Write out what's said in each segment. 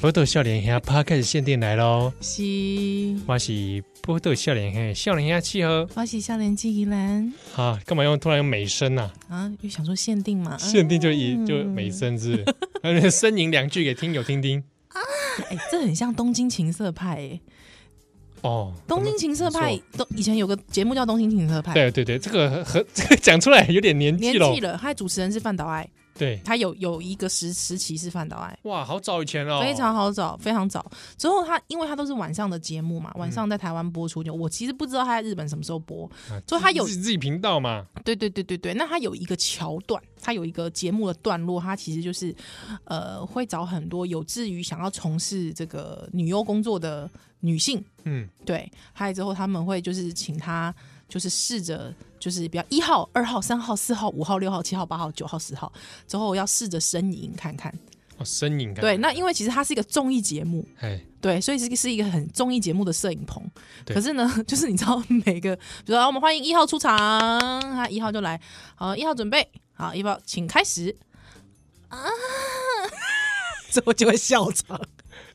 波豆笑脸虾 p 开始限定来喽！是，我是波豆笑脸虾，笑脸虾契合我是笑脸季怡兰啊！干嘛用突然用美声啊？啊，又想说限定嘛，限定就一嗯就美声是不 是，还有呻吟两句给听友听听哎、这很像东京情色派 哎、哦。东京情色派都以前有个节目叫东京情色派，对对对，这个和 这个讲出来有点年年纪了纪。了，他的主持人是范岛爱，对，他有有一个时时期是范岛爱。哇，好早以前哦，非常好找，非常早。之后他，因为他都是晚上的节目嘛，晚上在台湾播出就。我其实不知道他在日本什么时候播，啊就他有自自己频道嘛，对对对对对，那它有一个桥段，它有一个节目的段落，它其实就是，呃，会找很多有志于想要从事这个女优工作的女性，嗯，对，还有之后他们会就是请她，就是试着就是比较一号、二号、三号、四号、五号、六号、七号、八号、九号、十号之后要试着呻吟看看，哦，呻吟感对，那因为其实它是一个综艺节目，哎，对，所以是是一个很综艺节目的摄影棚。对可是呢， 就是你知道每个，比如说啊我们欢迎一号出场，他一号就来，好，一号准备，好，一号请开始。 啊，之后就会笑场，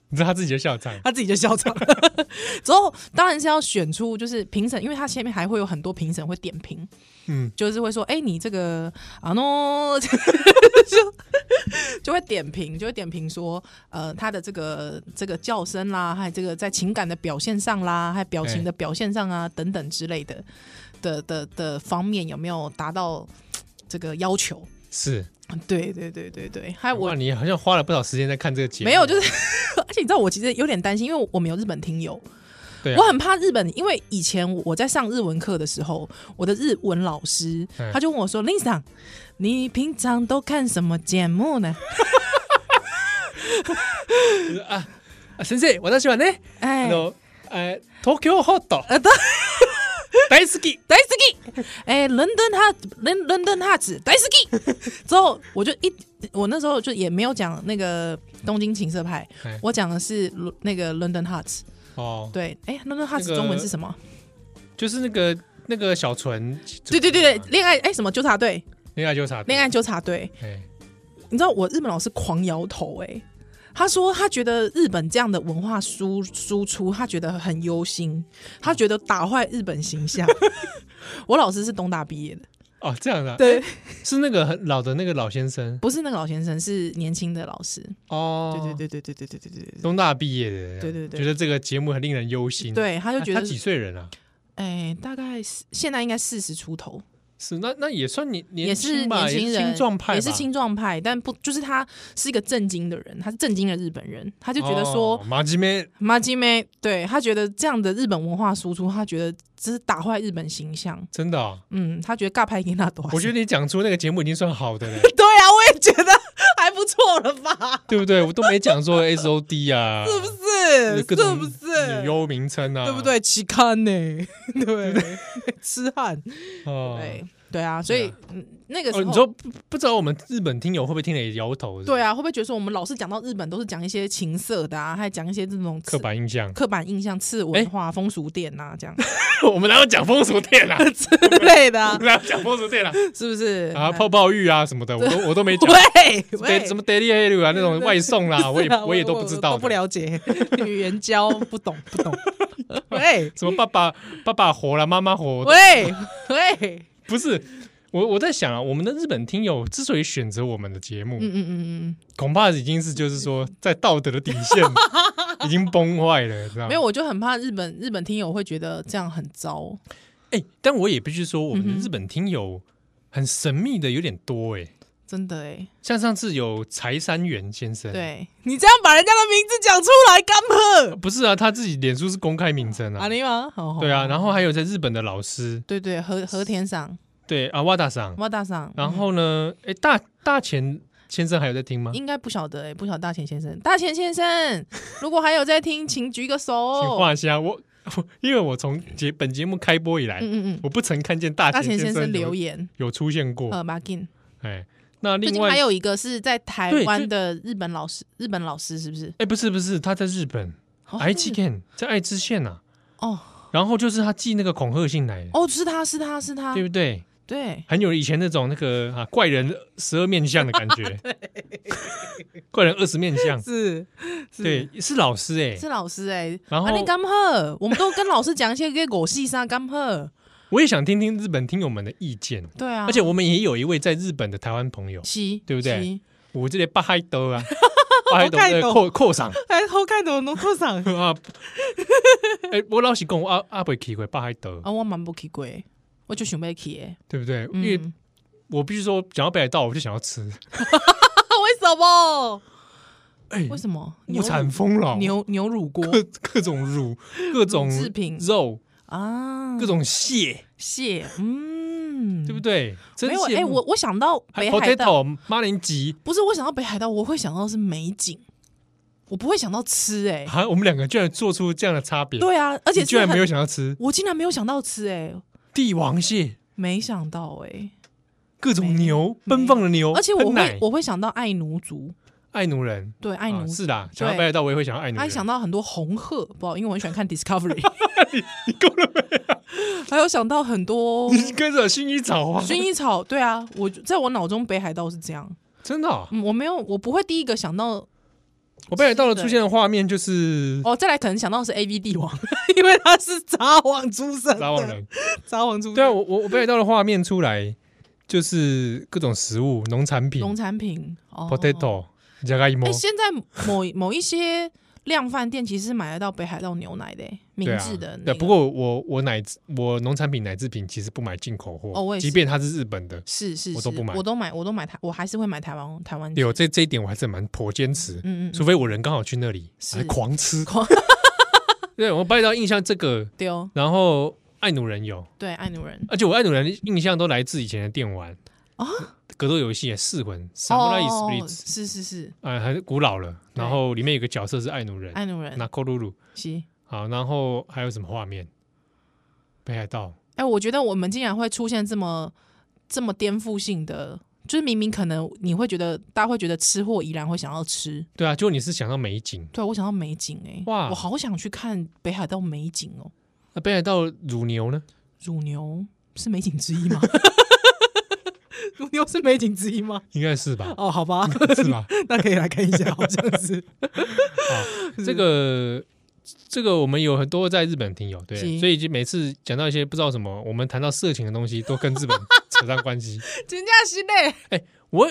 你知道他自己就笑场，他自己就笑场了。 之后当然是要选出就是评审，因为他前面还会有很多评审会点评，嗯，就是会说，哎、你这个啊喏， 就就会点评，就会点评说，呃，他的这个这个叫声啦，还有这个在情感的表现上啦，还有表哎情的表现上啊，等等之类的的的的方面有没有达到这个要求？是。对对对对对，还有哇，我你好像花了不少时间在看这个节目，没有，就是 而且你知道，我其实有点担心，因为我们有日本听友，对啊我很怕日本，因为以前我在上日文课的时候，我的日文老师嗯他就问我说：“林桑，你平常都看什么节目呢就是啊啊，先生，我喜欢呢，？”あ哎。の、えー、東京ホット呃， 大大好き。大好き，哎，伦敦哈，伦伦敦哈子，大好き。之后我就一，我那时候就也没有讲那个东京情色派哎，我讲的是伦那个伦敦哈子。哦，对，哎，伦敦哈子那个中文是什么？就是那个那个小纯，对对对对，啊恋爱哎什么纠察队，恋爱纠察队，恋爱纠察队。哎，你知道我日本老师狂摇头哎、他说他觉得日本这样的文化输输出，他觉得很忧心，他觉得打坏日本形象。 我老师是东大毕业的，哦，这样的、啊，对，是那个很老的那个老先生不是那个老先生，是年轻的老师。哦，对对对对对对对对对对。东大毕业的，对对对觉得这个节目很令人忧心，，对，他就觉得他几是，岁人啊？哎、大概是现在应该四十出头，是那那也算年也年是轻吧，年轻也是人，青壮派吧，也是青壮派，但不就是他是一个正经的人，他是正经的日本人，他就觉得说，哦马吉梅，马吉梅，对他觉得这样的日本文化输出，他觉得这是打坏日本形象。真的、哦，嗯，他觉得尬拍给他多。啊我觉得你讲出那个节目已经算好的了， 对啊，我也觉得还不错了 吧？对不对？我都没讲说 S O D 啊，是不是？ 是各是种不是女？优名称啊，对不？对？期刊呢？ 对，痴 汉。哦，对对啊，所以嗯那个时哦，你候，说不不知道我们日本听友会不会听了也摇头？是不是对，啊，会不会觉得说我们老是讲到日本都是讲一些情色的啊，还讲一些这种刻次。板印象 刻板印象、次文化、风俗店呐这样我们哪有讲风俗店 啊？之类的我 啊，们哪有讲风俗店啊？是不是？哎啊，泡泡浴啊什么的，我都我都没讲。 喂喂对，，什么 daily a l 啊那种外送啦，我也 是啊我也都不知道都的。不了解 语言教，不懂 不懂。喂什么爸爸爸爸活了，妈妈活，我都喂喂， 不是。我我在想啊，我们的日本听友之所以选择我们的节目，嗯嗯嗯嗯恐怕已经是就是说在道德的底 线已经崩坏了，知道嗯，吗没有，？我就很怕日本日本听友会觉得这样很糟。哎、但我也必须说，我们的嗯哼日本听友很神秘的有点多哎、真的哎，像上次有柴山元先生，，对你这样把人家的名字讲出来，干喝不是啊，他自己脸书是公开名称阿啊，尼吗？好，对啊，啊，然后还有在日本的老师，对对，和和田赏、对阿瓦达桑，哇大赏，然后呢，哎、大大前先生还有在听吗嗯？应该不晓得哎，不晓得大前先生，大前先生，如果还有在听，请举个请手。画虾，我 我因为我从节本节目开播以来，嗯嗯嗯，我不曾看见大大前前先生生有留言，有出现过，呃，马金。哎、那最另近外还有一个是在台对湾最的日本老师，日本老师是不是？哎、不是不是，他在日本哦爱知县，在爱知县啊，哦然后就是他寄那个恐吓信来的，哦，是他是他是他，对不对？对，很有以前那种那个啊怪人十二面相的 感觉，怪人二十面相，是，是对，是老师哎、是老师哎、欸，然后啊、你干喝，我们都跟老师讲一些给狗戏啥干喝，我也想听听日本听友们的意见，对啊，而且我们也有一位在日本的台湾朋友，吸对不对？吸我这里巴嗨德 啊，巴嗨德我看的懂扣扣上还哎偷看的农裤上啊， 哎、我老实讲，我阿阿伯去过巴嗨德， 啊，我蛮不去过，我就想要去耶，对不对？嗯，因为我必须说，讲到北海道，我就想要吃，啊为什么？哎、为什么？物牛产乳丰饶，牛牛乳锅各各种乳，各种乳制品肉，啊，各种蟹，蟹，嗯，对不对？真没有哎、羡慕我我想到还北海道， potato 马铃吉，不是我想到北海道，我会想到是美景，我不会想到 吃哎、啊，我们两个居然做出这样的差别，对啊，而你且是居然很没有，想要吃我竟然没有想到吃哎、帝王蟹，没想到哎、各种牛，奔放的牛，而且我喷会哦奶我会想到爱奴族，爱奴人，对爱奴啊，族，是的，想到北海道，我也会想到爱奴还人，想到很多红鹤，不好，因为我很喜欢看 Discovery，你够 了没、还有想到很多你跟着薰衣草啊，薰衣草，对啊，我就在我脑中北海道是这样，真的哦，嗯，我没有，我不会第一个想到，我北海道的是的出现的画面就是哦，再来可能想到是 A V 帝王， 因为他是札幌出生的，撒网人。札幌出生，对啊，我我我北海道的画面出来就是各种食物、农产品、农产品哦 potato、加个一摸哎、，现在某某一些量贩店其实是买得到北海道牛奶的、欸，明对啊治的、对，那个不过我我奶制我农产品奶制品其实不买进口货，哦我也是即便它是日本的，是是是，我都不买我都买，我都买台，我还是会买台湾台湾。有这这一点我还是蛮颇坚持，嗯嗯除非我人刚好去那里，是还狂吃狂。 对我北海道印象这个，对哦，然后爱努人有，对爱奴人而且我爱努人的印象都来自以前的电玩啊，格斗游戏《噬魂》（Samurai 哦 Spirits），是是是呃，很古老了。对然后里面有个角色是爱努人，爱奴人那 k o r u r u 是。好，然后还有什么画面？北海道哎、我觉得我们竟然会出现这么这么颠覆性的，就是明明可能你会觉得大家会觉得吃货依然会想要吃，对啊，就你是想到美景，对我想到美景哎、哇我好想去看北海道美景哦、那北海道乳牛呢？乳牛是美景之一吗？ 乳牛是美景之一吗？应该是吧 ，哦，好吧，是吧？那可以来看一下，好像是。这个这个我们有很多在日本听友，对是，所以就每次讲到一些不知道什么，我们谈到色情的东西，都跟日本扯上关系。 真假是嘞，我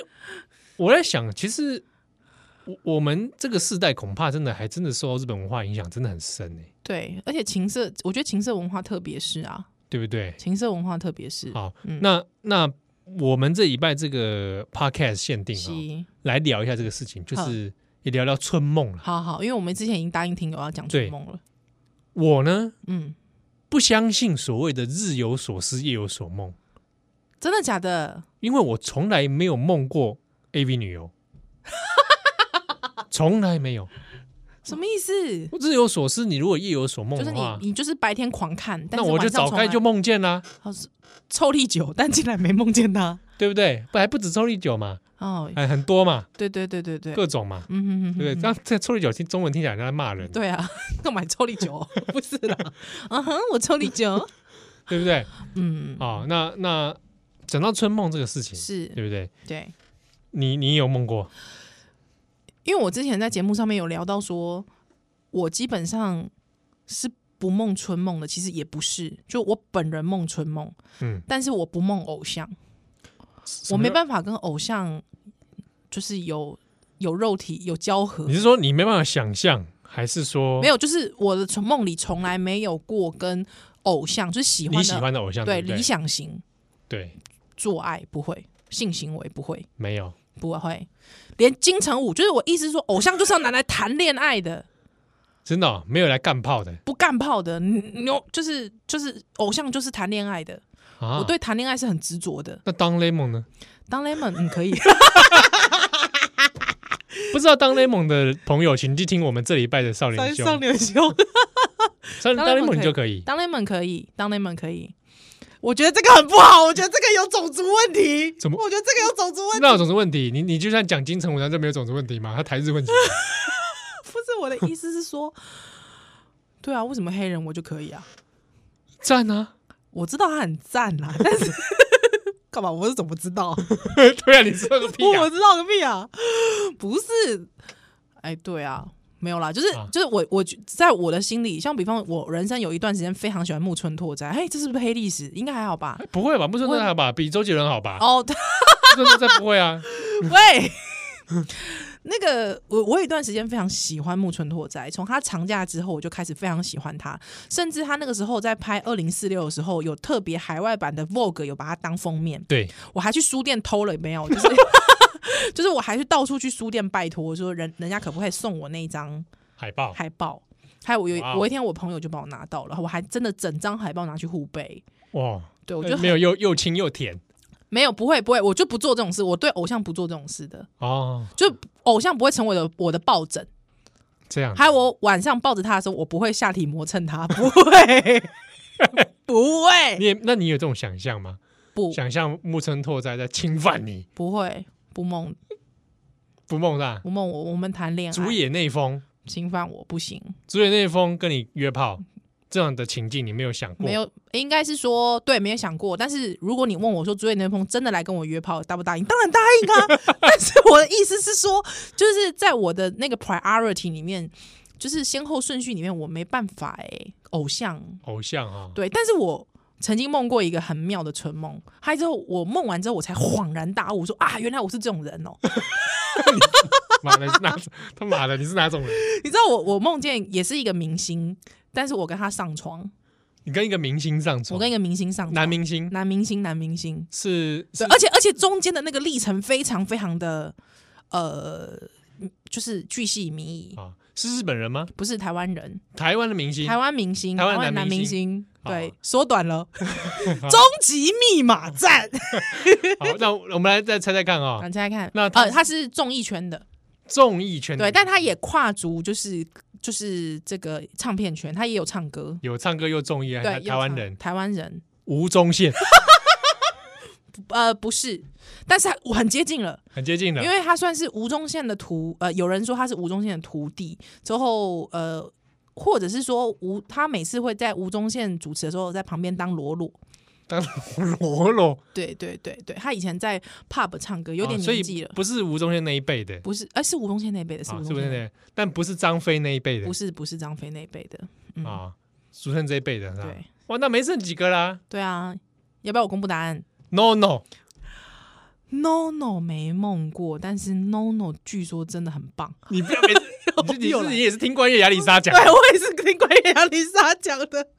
我在想，其实我我们这个世代恐怕真的还真的受到日本文化影响，真的很深哎、对，而且情色，我觉得情色文化特别是啊，对不对？情色文化特别是好，嗯那那我们这礼拜这个 podcast 限定啊、是来聊一下这个事情，就是也聊聊春梦了。好好，因为我们之前已经答应听友要讲春梦了，我呢嗯，不相信所谓的日有所思夜有所梦，真的假的？因为我从来没有梦过 AV 女 优，从来没有。什么意思？日有所思，你如果夜有所梦就是的你话，，你就是白天狂看，但那是我就晚上早从该来就梦见啊啦，好是臭力酒， 但竟然没梦见他。对不对？不还不止抽力酒嘛，哦，哎，很多嘛，对对对对对，各种嘛，嗯哼哼哼，对不对？这样这抽力酒听中文听起来像在骂人，对啊， 干嘛抽你酒？不是啦，嗯哼，我抽你酒。对不对？嗯，哦，那那讲到春梦这个事情，是对不对？对，你你有梦过？因为我之前在节目上面有聊到说，我基本上是不梦春梦的，其实也不是，就我本人梦春梦，嗯，但是我不梦偶像，我什么没叫办法跟偶像就是有有肉体有交合你，是说你没办法想象，还是说没有，就是我的从梦里从来没有过跟偶像就是喜欢你的喜欢的偶像？对不理想型对，做爱不会，性行为不会。没有不会，连金城武，就是我意思是说，偶像就是要拿来谈恋爱的，真的哦、没有来干炮的不干炮的，牛就是就是偶像就是谈恋爱的。啊。我对谈恋爱是很执着的。那当 lemon 呢？当 lemon 嗯可以，不知道当 lemon 的朋友，请去听我们这礼拜的少年 兄，年兄，当当当 lemon lemon 可以就可以。当 lemon 可以，当 lemon 可以。我觉得这个很不好，我觉得这个有种族问题。怎么我觉得这个有种族问题，那有种族问题，你你就算讲金城武，难道没有种族问题吗？他台日问题， 不是我的意思是说， 对啊，为什么黑人我就可以啊？赞啊！ 啊我知道他很赞啦，但是 干嘛？我是怎么知道？对啊，你知道个屁我啊！知道个屁啊！ 不是，哎，对啊，没有啦，就是、啊就是我我觉在我的心里，像比方我人生有一段时间非常喜欢木村拓哉，哎，这是不是黑历史？应该还 好吧？不会吧？木村拓哉好吧？比周杰伦好吧？哦，木村拓哉不会 啊？喂，那个我我有一段时间非常喜欢木村拓哉，从他长假之后我就开始非常喜欢他，甚至他那个时候在拍《二零四六》的时候，有特别海外版的 Vogue 有把它当封面，对，我还去书店偷了，没有，就是 就是我还去到处去书店拜托，说人人家可不可以送我那一张海报海报。还有我有哦哇哦我一天我朋友就帮我拿到了，我还真的整张海报拿去互背。哇，呃对我就没有又又轻又甜没有不会不会，我就不做这种事，我对偶像不做这种事的，哦，就偶像不会成为我的我的抱枕。这样还有我晚上抱着他的时候，我不会下体磨蹭他， 不会，不你会，也那你有这种想象吗？不想象木村拓哉在侵犯你，不会，不梦不梦大不梦我，我们谈恋竹爱野内丰，侵犯我不行，竹野内丰跟你约炮这样的情境，你没有想过？没有，应该是说对，没有想过。但是如果你问我说朱叶南风真的来跟我约炮，答不答应？当然答应啊。但是我的意思是说，就是在我的那个 priority 里面，就是先后顺序里面，我没办法哎、偶像偶像啊、对，但是我曾经梦过一个很妙的春梦，还之后我梦完之后，我才恍然大悟，说啊，原来我是这种人哦、 妈的，是哪？他妈的，你是哪种人？你知道我我梦见也是一个明星，但是我跟他上床，你跟一个明星上我床，跟一个明星上床，男明星男明星男明星，是是对，而且而且中间的那个历程非常非常的呃，就是巨细靡遗，啊，是日本人吗？不是台湾人，台湾的明星台湾明星，台湾湾男男明明星，好对，缩 短了，终极密码战，好，那我们来再猜猜看啊、我们猜猜看，那他呃，他是综艺圈的。综艺圈对，但他也跨足，就是就是这个唱片圈，他也有唱歌，有唱歌又综艺，还台对，湾有唱人台湾人，吴宗宪呃，不是，但是他我很接近了，很接近的，因为他算是吴宗宪的徒，呃，有人说他是吴宗宪的徒弟，之后呃，或者是说吴，他每次会在吴宗宪主持的时候，在旁边当罗罗，当罗罗对对对对，他以前在 pub 唱歌，有点啊所以年纪了，不是吴宗宪那一辈的，不是，呃，是吴宗宪那辈的，是啊吴是宗不是那宪那辈个？但不是张飞那一辈的，的不是不是张飞那辈的，嗯，啊，俗称这一辈的，是吧对哇，那没剩几个啦对啊，要不要我公布答案？ ？No No， No No 没梦过，但是 No No 据说真的很棒。你不要 每次你是你又是来你也是听关于亚里莎讲 我也是听关于亚丽莎讲的。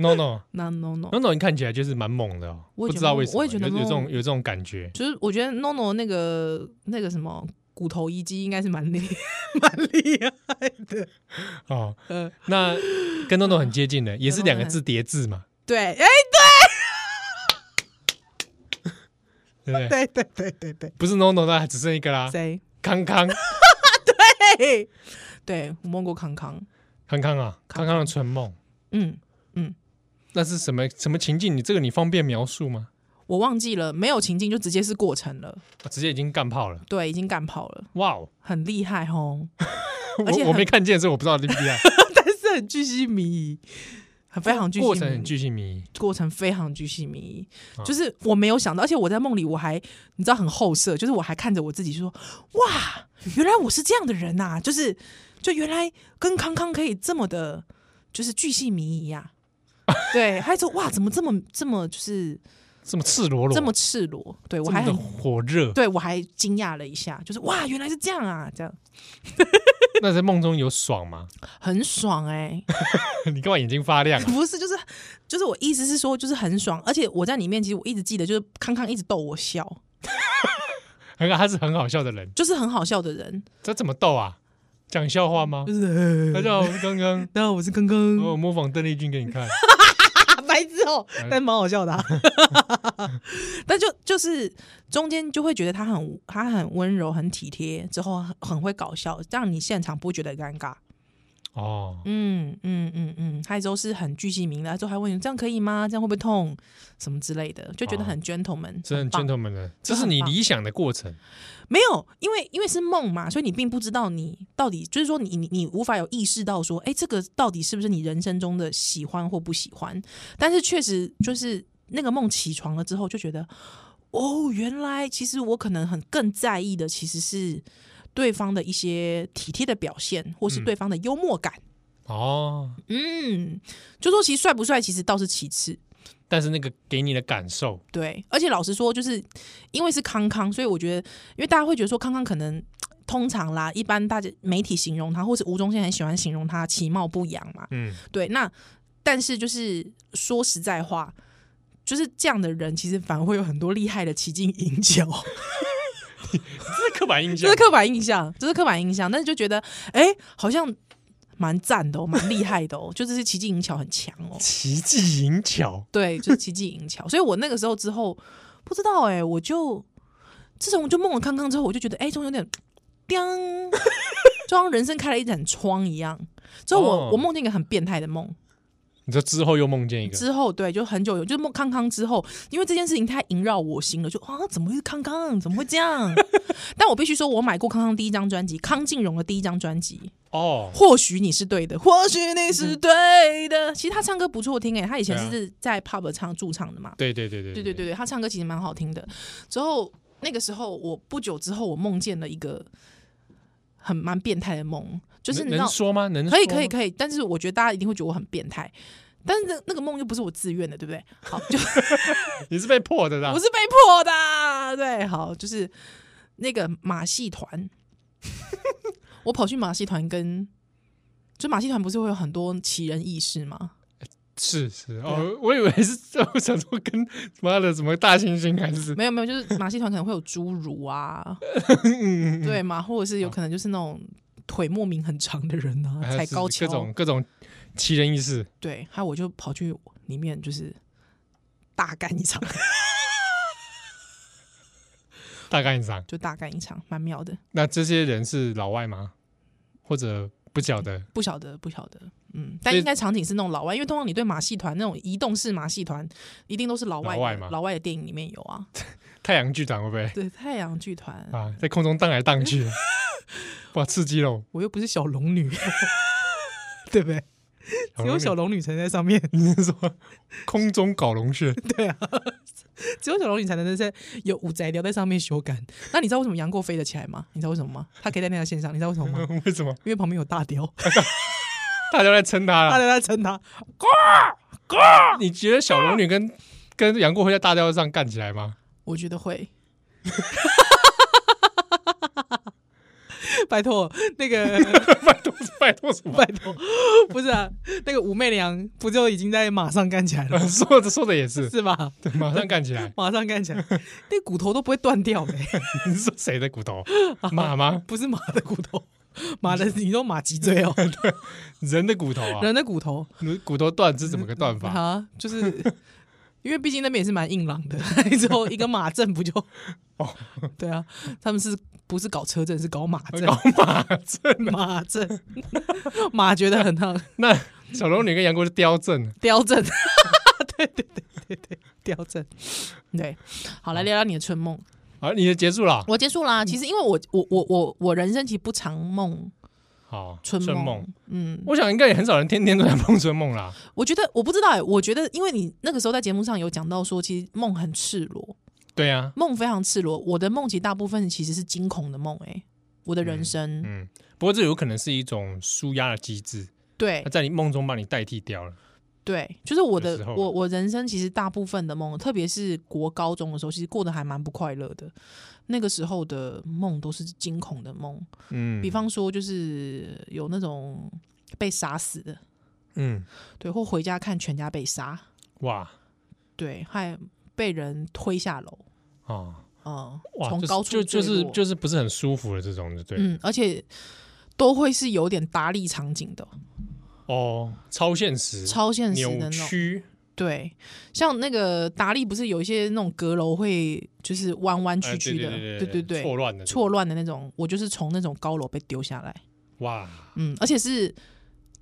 No No 那 No No No No，你看起来就是蛮猛的哦，哦我不也觉得知道为什么，我也觉得有有这 No- 种有这种感觉，就是我觉得 No No 那个那个什么骨头移植应该是蛮厉 蛮厉害的。哦，呃，那跟诺诺很接近的，也是跟诺诺两个字叠字嘛，对，哎、对不对？对对对对对，不是 No No，那只剩一个啦，谁？康 康嘿对我梦过康康，康康啊，康康的春梦，嗯，那是什么什么情境？你这个你方便描述吗？我忘记了，没有情境就直接是过程了。啊直接已经干炮了，对，已经干跑了，哇哦！很厉害吼，而且我很我没看见，所以我不知道厉不厉害。 但是很巨细靡遗，很非常巨 细过靡程遗很。巨细迷，过程非常巨细靡遗啊，就是我没有想到，而且我在梦里我还你知道很后色，就是我还看着我自己说，哇，原来我是这样的人呐、就是就原来跟康康可以这么的，就是巨细靡 遗呀、对，还说哇，怎么这么这么就是这么赤裸裸，这么赤裸？对我这还么的很火热。对我还惊讶了一下，就是哇，原来是这样啊，这样那在梦中有爽吗？ 很爽哎、你干嘛眼睛发亮啊？ 不是，就是就是我意思是说，就是很爽，而且我在里面其实我一直记得，就是康康一直逗我笑，很好，他是很好笑的人，就是很好笑的人。这怎么逗啊？讲笑话吗 就？是大家好，我是刚刚大家好，我是刚刚我模仿邓丽君给你 看，啊，白痴哦，哎但蛮好笑的、啊。 但就就是中间就会觉得他很他很温柔、很体贴，之后很很会搞笑，让你现场不会觉得尴尬。哦，嗯嗯嗯嗯，还有之后是很巨细明的，之后还问你这样可以吗？这样会不会痛？什么之类的，就觉得很 gentleman，、哦真的很棒 gentleman 的，这这是很你棒理想的过程。没有，因为因为是梦嘛，所以你并不知道你到底，就是说你你你无法有意识到说，哎，这个到底是不是你人生中的喜欢或不喜欢？但是确实就是那个梦起床了之后，就觉得哦，原来其实我可能很更在意的其实是对方的一些体贴的表现，或是嗯对方的幽默感。哦，嗯，就说其实帅不帅，其实倒是其次。但是那个给你的感受，对，而且老实说，就是因为是康康，所以我觉得，因为大家会觉得说康康可能通常啦，一般大家媒体形容他，或是吴宗宪很喜欢形容他其貌不扬嘛。嗯，对，那但是就是说实在话，就是这样的人，其实反而会有很多厉害的奇境引角，这是刻板印这象是。刻板印象，这是刻板印象，但是就觉得，哎、好像蛮赞的哦，蛮厉害的哦，就这是奇境引巧很强哦。奇技淫巧，对，就是奇技淫巧。所以我那个时候之后不知道哎、我就自从我就梦了康康之后，我就觉得哎，总、有点叮，就好像人生开了一盏窗一样。之后我、哦我梦见一个很变态的梦，你说之后又梦见一个，之后对，就很久有，就是梦康康之后，因为这件事情太萦绕我心了，就啊，怎么会是康康？怎么会这样？ 但我必须说，我买过康康第一张专辑，康靖荣的第一张专辑，哦，或许你是对的，或许你是对的。其实他唱歌不错听诶、欸他以前嗯对啊是在 pub 唱驻唱的嘛，对对对对对对对，对，他唱歌其实蛮好听的。之后那个时候，我不久之后，我梦见了一个很蛮变态的梦，就是能你知能道，说吗？能可以说可以吗，可以，但是我觉得大家一定会觉得我很变态。但是那那个梦又不是我自愿的，对不对？好，就你是被迫的啦 我。是被迫的啊，对，好，就是那个马戏团， 我跑去马戏团跟，就马戏团不是会有很多奇人异事吗？是是对啊哦，我以为是，我想说跟妈的什么大猩猩还是 没有没有，就是马戏团可能会有侏儒啊，嗯对嘛，或者是有可能就是那种腿莫名很长的人啊，还踩是高各跷种，各种奇人异事，对，还有我就跑去里面就是大干一场，大概上。就大干一场，蛮妙的，那这些人是老外吗？或者不晓得？不晓得不晓得，嗯，但所以应该场景是那种老外，因为通常你对马戏团那种移动式马戏团，一定都是老外的老外嘛老外的电影里面有 啊，太阳剧团会不会对，太阳剧团，啊？在空中荡来荡 去，哇，刺激喽！我又不是小龙女， 对不对？只有小龙女才在上面。你是说空中搞龙穴？只有小龙女才能在有五宅聊在上面修改。那你知道为什么杨过飞得起来吗？你知道为什么吗？他可以在那条线上，你知道为什 么吗？ 为什么因为旁边有 大雕，大家都在撑他大 了？雕在撑他。你觉得小龙女跟跟杨过会在大吊上干起来吗？ 我觉得会。 拜托，那个 拜托什么拜？托，不是啊，那个武媚娘不就已经在马上干起来 了吗，说的说的也是，是吧？对，马上干起来。马上干起来，那骨头都不会断掉的、你是说谁的骨 头？马吗？不是马的骨头，马的你说马脊椎 哦，人的骨头啊？人的骨头，你骨头断是怎么个断法？啊，就是因为毕竟那边也是蛮硬朗的， 之后一个马阵不就哦， 对啊，他们是不是搞车阵是嗯搞马阵？搞马阵啊？马阵， 马觉得很烫， 那小龙女跟杨过是雕阵，雕阵， 对对对对对，雕阵，对，好来聊聊你的春梦，好，你的结束了。我结束啦。其实因为我我我我我人生其实不常梦好，春梦。梦，嗯，我想应该也很少人天天都在梦春梦啦。我觉得我不知道哎、我觉得因为你那个时候在节目上有讲到说，其实梦很赤裸，对啊呀、梦非常赤裸，我的梦其实大部分其实是惊恐的梦、欸，我的人生，嗯，不过这有可能是一种舒压的机制，对它在你梦中把你代替掉了。对，就是我有时的候啊我我人生其实大部分的梦，特别是国高中的时候，其实过得还蛮不快乐的。那个时候的梦都是惊恐的梦，嗯，比，方说就是有那种被杀死的，嗯，对，或回家看全家被杀，哇，对，还被人推下楼，哦，嗯，哇，从就是高处就就坠是落就是不是很舒服的这种，对，嗯，而且都会是有点达利场景的，哦，超现实，超现实的扭那种。曲，对，像那个达利不是有一些那种阁楼会就是弯弯曲哎曲的，对对对错对，乱的，错乱的那种。我就是从那种高楼被丢下来，哇，嗯，而且是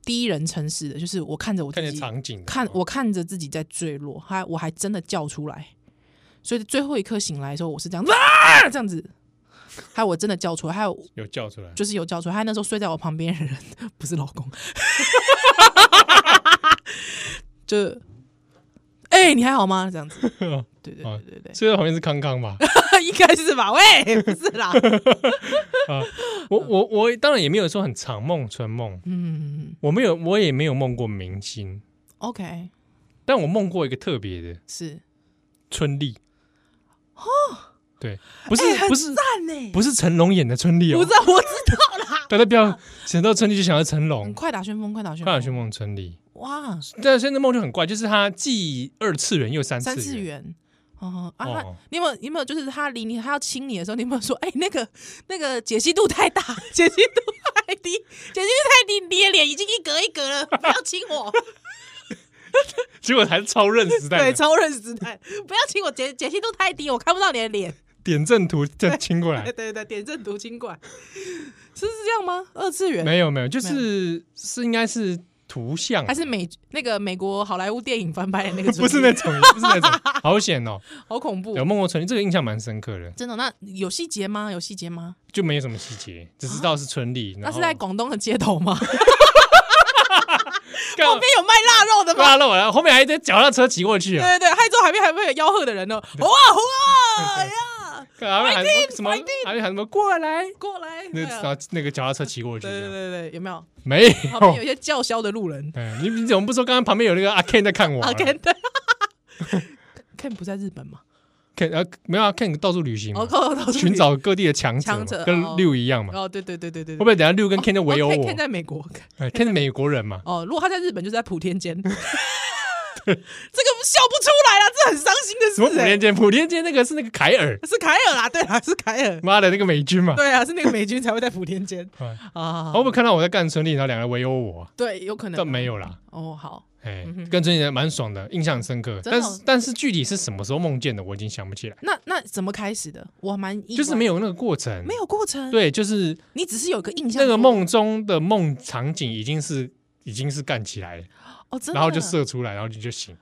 第一人称式的，就是我看着我看自见己，场景的，看哦我看着自己在坠落，还我还真的叫出来，所以最后一刻醒来的时候，我是这样啊这样子，还有我真的叫出来，还有有叫出来，就是有叫出来，他那时候睡在我旁边的人不 是老公，就哎、喂，你还好吗？这 样子，对对对对对， 所以好像是康康吧？应该是吧？喂，不是 啦，我我我当然也没有说很长梦春梦，嗯我没有我也没有梦过明星， ，OK，但我梦过一个特别的是，春丽。哦，对，不是哎很不是赞呢，不是成龙演的春丽不哦是，，啊我知道啦，大家不要想到春丽就想到成嗯龙，快打旋风，快打旋快风，乐寻梦春丽。哇，但现在梦就很怪，就是他既二次元又三三次次元，元。哦啊，他哦你有没有你有没有就是他离你他要亲你的时候，你有没有说哎、那个那个解析度太大，解析度太低，解析度太低，你的脸已经一格一格了，不要亲我，结果还是超认时代对，的超认识态，不要亲我，解解析度太低，我看不到你的脸。点阵图再亲过 对来。对对，点阵读经怪，是是这样吗？二次元没有没有，就是是应该是图像，还是美那个美国好莱坞电影翻拍的那个主 题？不是那种，不是 那种，好险哦！好恐怖有，梦过春丽，这个印象蛮深刻的，真的？那有细节吗？有细节吗？就没有什么细节，只知道是春丽。啊那然后是在广东的街头吗？干旁边有卖腊肉的吗？拉了我啊了，后面还一堆脚踏车骑过去啊，对对对，害之后还没还没有吆喝的人呢，吼啊吼啊哎呀，干还喊什么快什么，还喊什么过来，过来！那对啊然后那个脚踏车骑过去，对对这样对对，有 没有？没旁边有。有一些叫嚣的路人哎，你你怎么不说刚刚旁边有那个阿 Ken 在看我啊啊，Ken 对 ，Ken 不在日本吗？ Ken 呃没有啊，Ken 到处旅行嘛哦，，靠到处寻旅找各地的强者嘛强，者跟哦六一样嘛。哦，对对对对对会不，会等下六跟 Ken 就围殴哦我，Ken-Ken 在美国哎？Ken 是美国人嘛，哦，如果他在日本，就是在普天间。这 个笑不出来啦，这很伤心的什么普事哎天。间？普天间那个是那个凯尔，是凯尔啦，对啦，是凯 尔，妈的那个美军嘛。嗯对啊，是那个美军才会在普天间哎啊会。不会看到我在干春丽，然后两个人围殴我啊？对，有可能但没有啦。哦，好，哎嗯嗯哼，跟春丽蛮爽的，印象很深刻。真的但哦是但是具体是什么时候梦见的，我已经想不起来，那那怎么开始的？我还蛮意外就是没有那个过程没。有过程，对，就是你只是有个印象那个说梦中的梦场景已经是已经是干起来了，哦，真的，然后就，射出来，然后你就醒。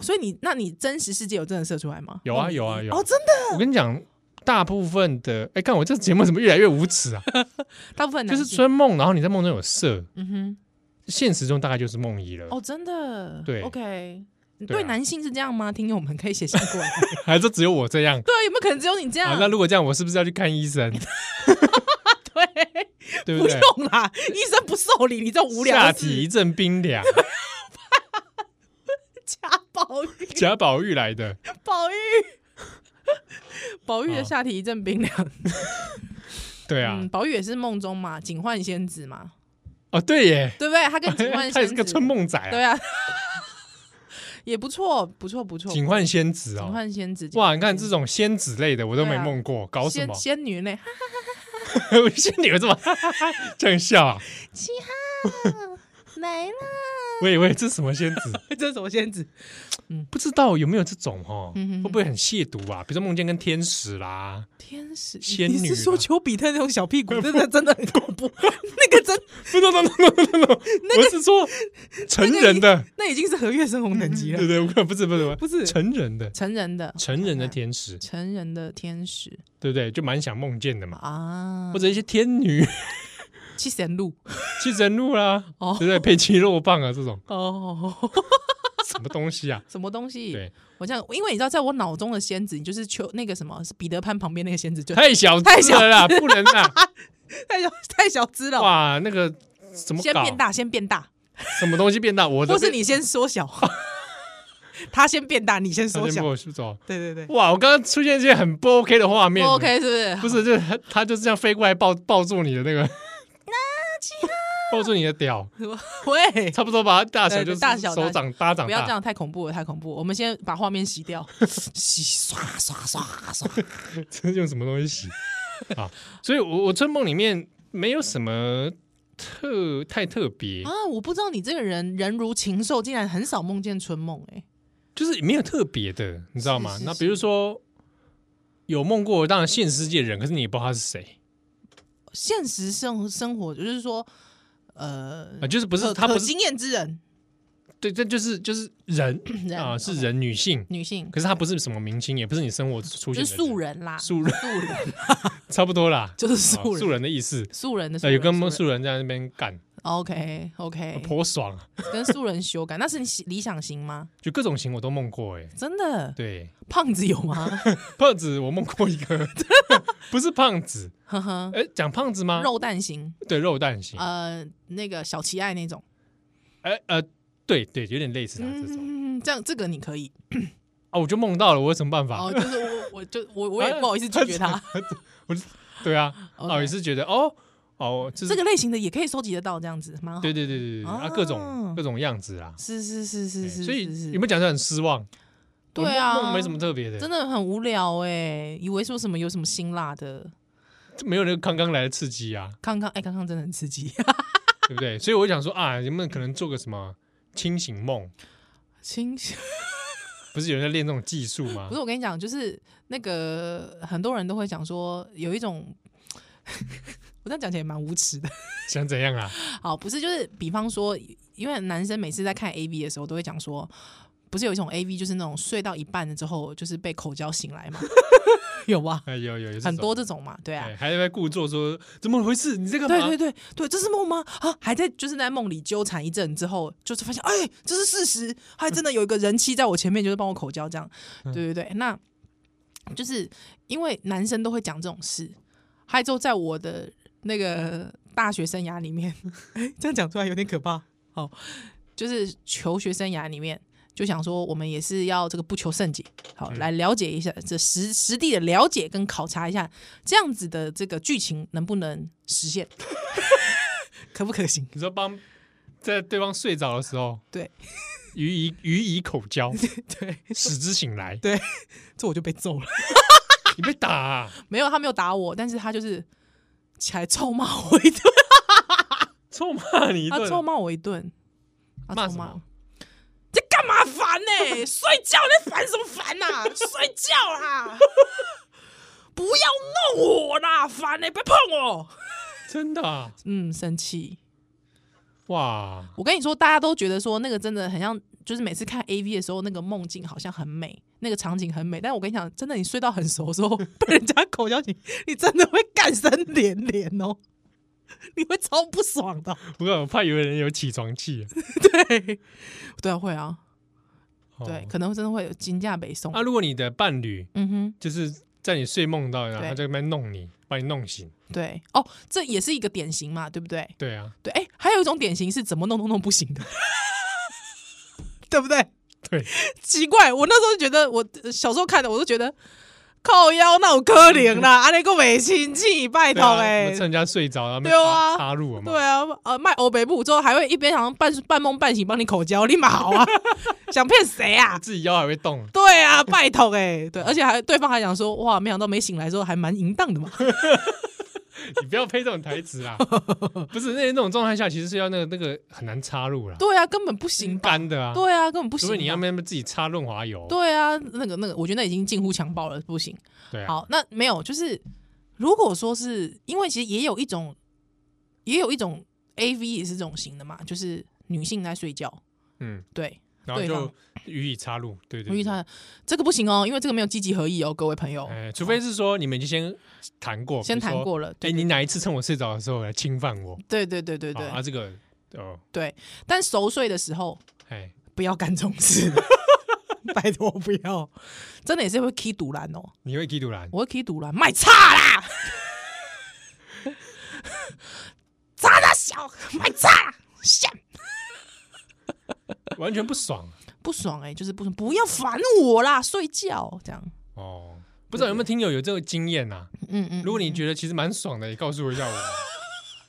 所以你那你真实世界有真的射出来吗？有啊有啊有啊哦，真的，我跟你讲，大部分的哎，看我这节目怎么越来越无耻 啊？大部分就男是性，春梦，然后你在梦中有射，嗯现实中大概就是梦遗了哼，。哦，真的，对，OK，对啊对男性是这样吗？听友们可以写信过来， 还是只有我这样 对啊，有没有可能只有你这样啊？？那如果这样，我是不是要去看医 生？对，对不对？用啦，医生不受理你这种无聊下的体一事，阵冰凉， 家宝玉，贾宝玉来的，宝玉。宝玉的下体一阵冰凉，对啊嗯，，宝玉也是梦中嘛，警幻仙子嘛，哦对耶，对不对？他跟警幻 他也仙是子，个春梦仔啊对，啊， 也不错，不错，不错。警幻仙子警哦，幻仙子，啊哇，你看这种仙子类的我都没梦过，搞什 仙么？仙女嘞，哈仙女这么 这样笑啊？七号来啦！喂喂， 这什么仙子？这是什么仙子？不知道有没有这种哦？嗯哼会不会很亵渎啊？比如说梦见跟天使啦，天使仙女你啦是说丘比特那种小屁 股，真的真的很恐怖， 那个真不不不不不不，我是说成人的，那已经是和月生红等级对 对，了，不不是不是不是啊成人的成人的成人的天使，成人的天使对不对？就蛮想梦见的嘛，啊，或者一些天女。 七神鹿七神鹿啦，哦对不对？佩奇肉棒啊， 这种哦，什么东西啊？什么东西？对，我这样，因为你知道，在我脑中的仙子，你就是丘那个什么是彼得潘旁边那个仙子，就太小太只小了啦，不能 啦！太小太小只了，哇，那个怎么先搞？变大，先变大，什么东西变大？我的或是你先缩 小，他先变大，你先他缩先小被，我走。对对对哇，我刚刚出现一些很不 OK 的画面。不，OK 是不是？不是，就是他他就是这样飞过来抱抱住你的那个，抱住你的屌， 喂，差不多吧，大小对就是大小手掌巴掌不要这大。样，太恐怖了，太恐怖。我们先把画面洗 掉，洗刷刷刷刷。这是用什么东西洗啊？所以我我春梦里面没有什么特太特别，啊！我不知道你这个人人如禽兽，竟然很少梦见春梦哎、就是没有特别的，你知道吗？是是那是比如说有梦过，当然现实世界人，可是你也不知道他是谁现实生生活就是说，呃，啊，就是不是可他不可是经验 之人，对，这就是就是人人啊，是 OK 人女性，女性，可是他不是什么明星，也不是你生活出就现是的素人啦，素人，素人 差不多啦，就是啊 素人，素人的意思。素人的素呃，有人跟素人素人在那边干， OK OK，颇爽啊，跟素人修改，那是你喜理想型吗？就各种型我都梦过哎、真的，对，胖子有 吗？胖子我梦过一个， 不是胖子，呵呵，哎，讲胖子吗？肉蛋型，对肉蛋型，呃，那个小奇爱那种，哎呃，对对，有点类似他啊这种嗯，这样这个你可以，啊，我就梦到了，我有什么办法？哦，就是我我就我我也哎不好意思拒 绝他，对啊， OK 哦也是觉得哦哦，这这个类型的也可以收集得到，这样子蛮好，对对对对对啊，各种哦各种样子啊，是是是对是是，所以是是有没有讲就很失望？对我梦啊梦没什么特别的，真的很无聊哎、以为说什么有什么辛辣的，没有那个刚刚来的刺激啊，康康哎、康康真的很刺激， 对不对？所以我就想说啊，能不能可能做个什么清醒梦？清醒。不是有人在练这种技术吗不？是我跟你讲，就是那个很多人都会讲说有一种， 我这样讲起来也蛮无耻的。想怎样啊？好，不是就是比方说，因为男生每次在看 A V 的时候都会讲说，不是有一种 A V 就是那种睡到一半了之后就是被口交醒来嘛，有吧？哎，有有有很多这这种嘛，对种啊。哎还在那边故作说怎么回事？你在干嘛？对对对对，这是梦吗？啊，还在就是在梦里纠缠一阵之后，就是发现哎、这是事实，还真的有一个人妻在我前面，就是帮我口交这样。对对对，那就是因为男生都会讲这种事，还之后在我的那个大学生涯里面， 这样讲出来有点可怕。好，就是求学生涯里面。就想说，我们也是要这个不求甚解，好来了解一下这实实地的了解跟考察一下，这样子的这个剧情能不能实现，可不可行？你说帮在对方睡着的时候， 对，予以予以口交， 对，使之醒来。这我就被揍了。你被打啊， 没有，他没有打我，但是他就是起来臭骂我 一顿，臭骂你一他顿，啊啊臭骂我一顿，他骂臭什骂么。你在干嘛烦呢、 睡觉你在烦什么烦呐、 睡觉 啦！不要弄我啦，烦呢、别碰我。真的啊，嗯，生气。哇！我跟你说，大家都觉得说那个真的很像，就是每次看 A V 的时候，那个梦境好像很美，那个场景很美。但我跟你讲，真的，你睡到很熟的时候， 被人家口交你，你真的会干声连连哦，你会超不 爽的。不过我怕有人有起床气啊。对，对啊，会啊，哦 对，可能真的会有金价北送。啊，如果你的伴侣嗯哼，就是在你睡梦到，然后对他在那边弄你，把你弄醒，对，哦，这也是一个典型嘛，对不对？对啊，对，哎，还有一种典型是怎么弄都弄不行的， 对不对？对，奇怪，我那时候就觉得，我呃小时候看的，我都觉得靠腰那有可能啦，安尼个没亲戚，拜嗯对托啊哎、趁人家睡着，然后在那边对啊插插入我嘛对，啊，呃，卖欧北部之后还会一边想要半半梦半醒帮你口交，立马好 啊，想骗谁啊？自己腰还会动，对啊，拜托哎、对，而且还对方还讲说，哇，没想到没醒来之后还蛮淫荡 的嘛，你不要配这种台词 啦。不是那那种状态下，其实是要那个那个很难插入啦，对啊，根本不行吧？干的啊，对啊，根本不行除吧。非你要那边自己插润滑油，对啊，那个那个，我觉得那已经近乎强暴了，不行。对啊，好，那没有，就是如果说是因为其实也有一种，也有一种 A V 也是这种型的嘛，就是女性在睡觉，嗯，对，然后对就方予以插入，对对，我遇对到这个不行哦，因为这个没有积极合意哦，各位朋友，哎，除非是说你们已经先谈过，先比如谈说。过了，哎、对你哪一次趁我睡着的时候来侵犯我？对对对对对啊，啊这个哦，对，但熟睡的时候哎，不要干这种事。 拜托不要，真的也是会 key 堵拦哦，你会嫉妒 兰？我会 key 堵拦，卖差 啦， 渣的小卖差啦，吓完全不爽啊不爽哎、就是不爽，不要烦我啦，睡觉这样。哦。不知道有没有听友有这个经验呐、嗯嗯，如果你觉得其实蛮爽的，也告诉我一下我们。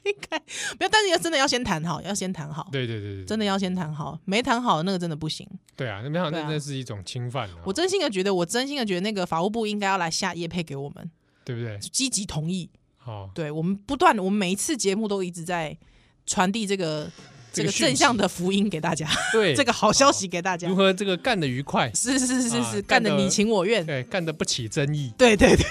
应该不要，但是要真的要先谈好，要先谈好，对对对对，真的要先谈好，没谈好那个真的不行。对啊，那边好对像啊那是一种侵犯啊，我真心的觉得，我真心的觉得那个法务部应该要来下业配给我们，对不对？积极同意。好，对我们不断，我们每一次节目都一直在传递这个这这个个正向的福音给大家，对这个好消息给大家如。何这个干得愉快，是是是是是，啊干干得得你情我愿。对，干得不起争议，对对对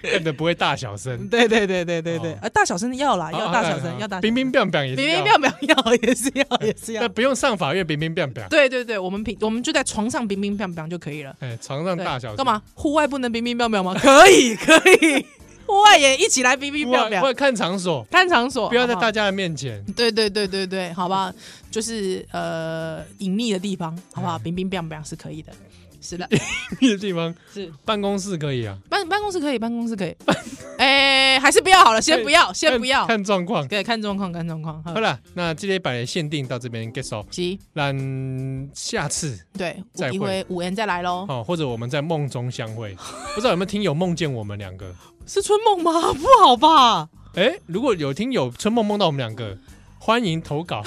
干得不会大小声，对对对对对对，哦啊，大小声的要啦，好要好大好小好声，要大小声，冰冰冰冰也是别别要不要不要要，也是要也是那要。不用上法院冰冰冰 冰，对对对，我们平我们就在床上乒乒乓乓就可以了。哎，床上对大小声干？嘛？户外不能乒乒乓乓吗？可以可以，户外也一起来比比户表外户表，外看场所，看场所，不要在好好大家的面前。对对对对对，好吧，就是呃隐秘的地方，嗯好不好？冰冰冰冰是可以的，是的，密的地方， 是办公室可以啊，办办公室可以，办公室可以，哎、还是不要好了，先不要，先看不要，看状况。对，看状况，看状况，好好啦，那这礼拜的限定到这边结束，行，让下次对，再有机会五言再来喽，哦，或者我们在梦中相会，不知道有没有听友梦见我们两个？是春梦吗？不好吧？哎，如果有听友春梦梦到我们两嗯个，欢迎投 稿，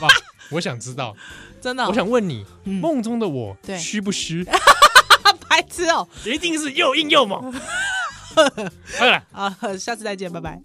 好吧？我想知道，真的哦、我想问你，嗯梦中的我对虚不 虚？啊， 白痴哦、 一定是又硬又猛。好了。啊，下次再见，拜拜。